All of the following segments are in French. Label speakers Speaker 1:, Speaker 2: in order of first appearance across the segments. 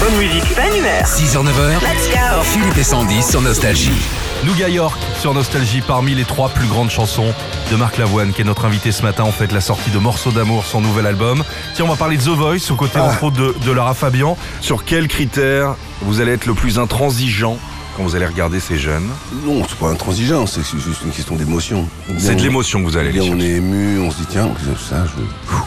Speaker 1: Bonne musique, bonne humeur.
Speaker 2: 6h, 9h,
Speaker 1: Let's go.
Speaker 2: Philippe et Sandy sur Nostalgie.
Speaker 3: Nougat York sur Nostalgie parmi les trois plus grandes chansons de Marc Lavoine qui est notre invité ce matin. On fête la sortie de Morceaux d'amour, son nouvel album. Tiens, on va parler de The Voice aux côtés entre autres de, de Lara Fabian.
Speaker 4: Ah. Sur quels critères vous allez être le plus intransigeant quand vous allez regarder ces jeunes
Speaker 5: Non, c'est pas intransigeant, c'est c'est juste une question d'émotion.
Speaker 4: C'est de
Speaker 5: On-
Speaker 4: l'émotion que vous allez
Speaker 5: Bien,
Speaker 4: les
Speaker 5: on
Speaker 4: chercher.
Speaker 5: est ému, on se dit tiens, ça, je... Ouh.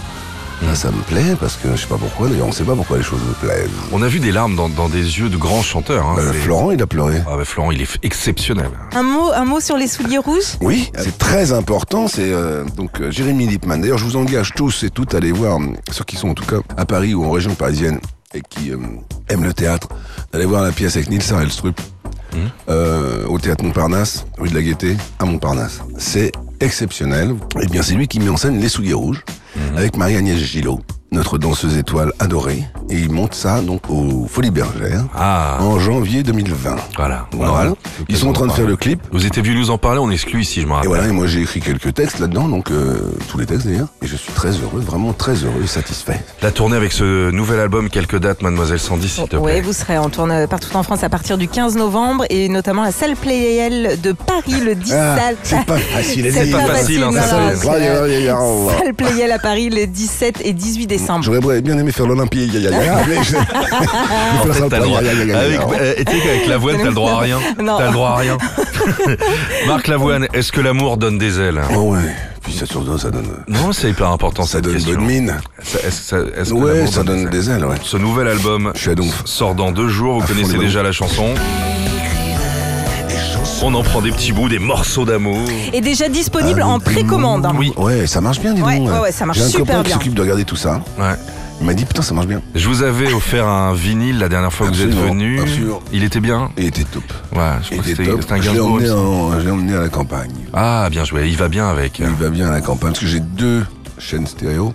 Speaker 5: Là, ça me plaît parce que je sais pas pourquoi, d'ailleurs, on sait pas pourquoi les choses me plaisent.
Speaker 4: On a vu des larmes dans, dans des yeux de grands chanteurs. hein.
Speaker 5: Euh,
Speaker 4: Les-
Speaker 5: Florent, il a pleuré.
Speaker 4: Ah bah, Florent, il est exceptionnel.
Speaker 6: Un mot, un mot sur les souliers rouges
Speaker 5: Oui, c'est très important. C'est euh, donc euh, Jérémy Lipman. D'ailleurs, je vous engage tous et toutes à aller voir hum, ceux qui sont en tout cas à Paris ou en région parisienne et qui hum, aiment le théâtre, d'aller voir la pièce avec Nils Sarelstrup euh, au théâtre Montparnasse, rue de la Gaîté, à Montparnasse. C'est exceptionnel. Et bien, c'est lui qui met en scène Les Souliers Rouges avec Marie-Agnès Gillot, notre danseuse étoile adorée. Et il monte ça donc aux Folies Bergères
Speaker 4: Ah,
Speaker 5: en janvier 2020.
Speaker 4: voilà.
Speaker 5: Voilà. Ils sont en train de faire le clip.
Speaker 4: Vous étiez venu nous en parler, on exclut ici, je me
Speaker 5: Et
Speaker 4: rappelle.
Speaker 5: voilà, et moi j'ai écrit quelques textes là-dedans, donc euh, tous les textes d'ailleurs. Et je suis très heureux, vraiment très heureux et satisfait.
Speaker 4: La tournée avec ce nouvel album, quelques dates, Mademoiselle Sandy, s'il te
Speaker 6: Oui,
Speaker 4: plaît.
Speaker 6: vous serez en tournée partout en France à partir du 15 novembre et notamment la salle Playel de Paris le 10
Speaker 5: Ah,
Speaker 6: salle-
Speaker 5: c'est pas facile à
Speaker 6: C'est
Speaker 5: dire.
Speaker 6: pas facile,
Speaker 4: hein,
Speaker 6: non,
Speaker 4: ça,
Speaker 6: non,
Speaker 4: c'est-
Speaker 6: c'est- Salle Playel à Paris les 17 et 18 décembre.
Speaker 5: J'aurais bien aimé faire l'Olympie. ya, ya, ya, mais je- je vais faire
Speaker 4: Ah. T'as
Speaker 5: ça,
Speaker 4: le droit.
Speaker 5: ya, ya, ya,
Speaker 4: Avec,
Speaker 5: ya, ya.
Speaker 4: euh, tu sais qu'avec Lavoine, t'as le droit à rien.
Speaker 6: Non.
Speaker 4: T'as le droit à rien. Marc Lavoine, est-ce que l'amour donne des ailes
Speaker 5: Oh ouais, puis ça sur ça donne,
Speaker 4: Non, c'est hyper important
Speaker 5: ça
Speaker 4: cette
Speaker 5: donne
Speaker 4: question.
Speaker 5: bonne mine.
Speaker 4: Ça- Est-ce que ça, est-ce que
Speaker 5: Ouais,
Speaker 4: l'amour
Speaker 5: ça donne des ailes, ouais.
Speaker 4: Ce nouvel album
Speaker 5: Je suis à donf.
Speaker 4: sort dans deux jours. Vous
Speaker 5: À fond les
Speaker 4: connaissez
Speaker 5: ballons.
Speaker 4: déjà la chanson. On en prend des petits bouts, des morceaux d'amour.
Speaker 6: Et déjà disponible en précommande. hein.
Speaker 5: Ah, Ouais, ça marche bien, dis
Speaker 6: Ouais,
Speaker 5: donc.
Speaker 6: ouais, ouais, ça marche
Speaker 5: J'ai un
Speaker 6: super
Speaker 5: copain qui
Speaker 6: bien.
Speaker 5: s'occupe de regarder tout ça.
Speaker 4: Ouais.
Speaker 5: Il m'a dit, putain, ça marche bien.
Speaker 4: Je vous avais offert un vinyle la dernière fois que vous êtes
Speaker 5: Absolument,
Speaker 4: venu.
Speaker 5: absolument.
Speaker 4: Il était bien.
Speaker 5: Et il était top.
Speaker 4: Ouais, je
Speaker 5: Il
Speaker 4: crois que
Speaker 5: était
Speaker 4: c'était
Speaker 5: top.
Speaker 4: c'était Oh, un
Speaker 5: Je l'ai
Speaker 4: Gainsbourg
Speaker 5: emmené, hein.
Speaker 4: aussi.
Speaker 5: en- je l'ai emmené à la campagne.
Speaker 4: Ah, bien joué. Il va bien avec.
Speaker 5: Il va bien à la campagne, parce que j'ai deux chaînes stéréo,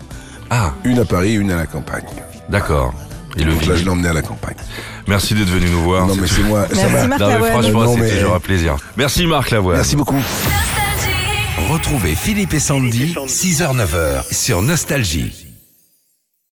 Speaker 4: Ah,
Speaker 5: une à Paris, une à la campagne.
Speaker 4: d'accord. Et le
Speaker 5: Donc là, je
Speaker 4: vinyle.
Speaker 5: l'ai emmené à la campagne.
Speaker 4: Merci d'être venu nous voir.
Speaker 5: non, mais c'est moi, ça va.
Speaker 6: Merci Marc
Speaker 4: Non, mais
Speaker 6: Lavoine.
Speaker 4: franchement,
Speaker 5: Non,
Speaker 4: c'est
Speaker 5: mais-
Speaker 4: toujours un plaisir. Merci Marc Lavoie.
Speaker 5: Merci beaucoup.
Speaker 2: Retrouvez Philippe et Sandy, 6h, 9h sur Nostalgie.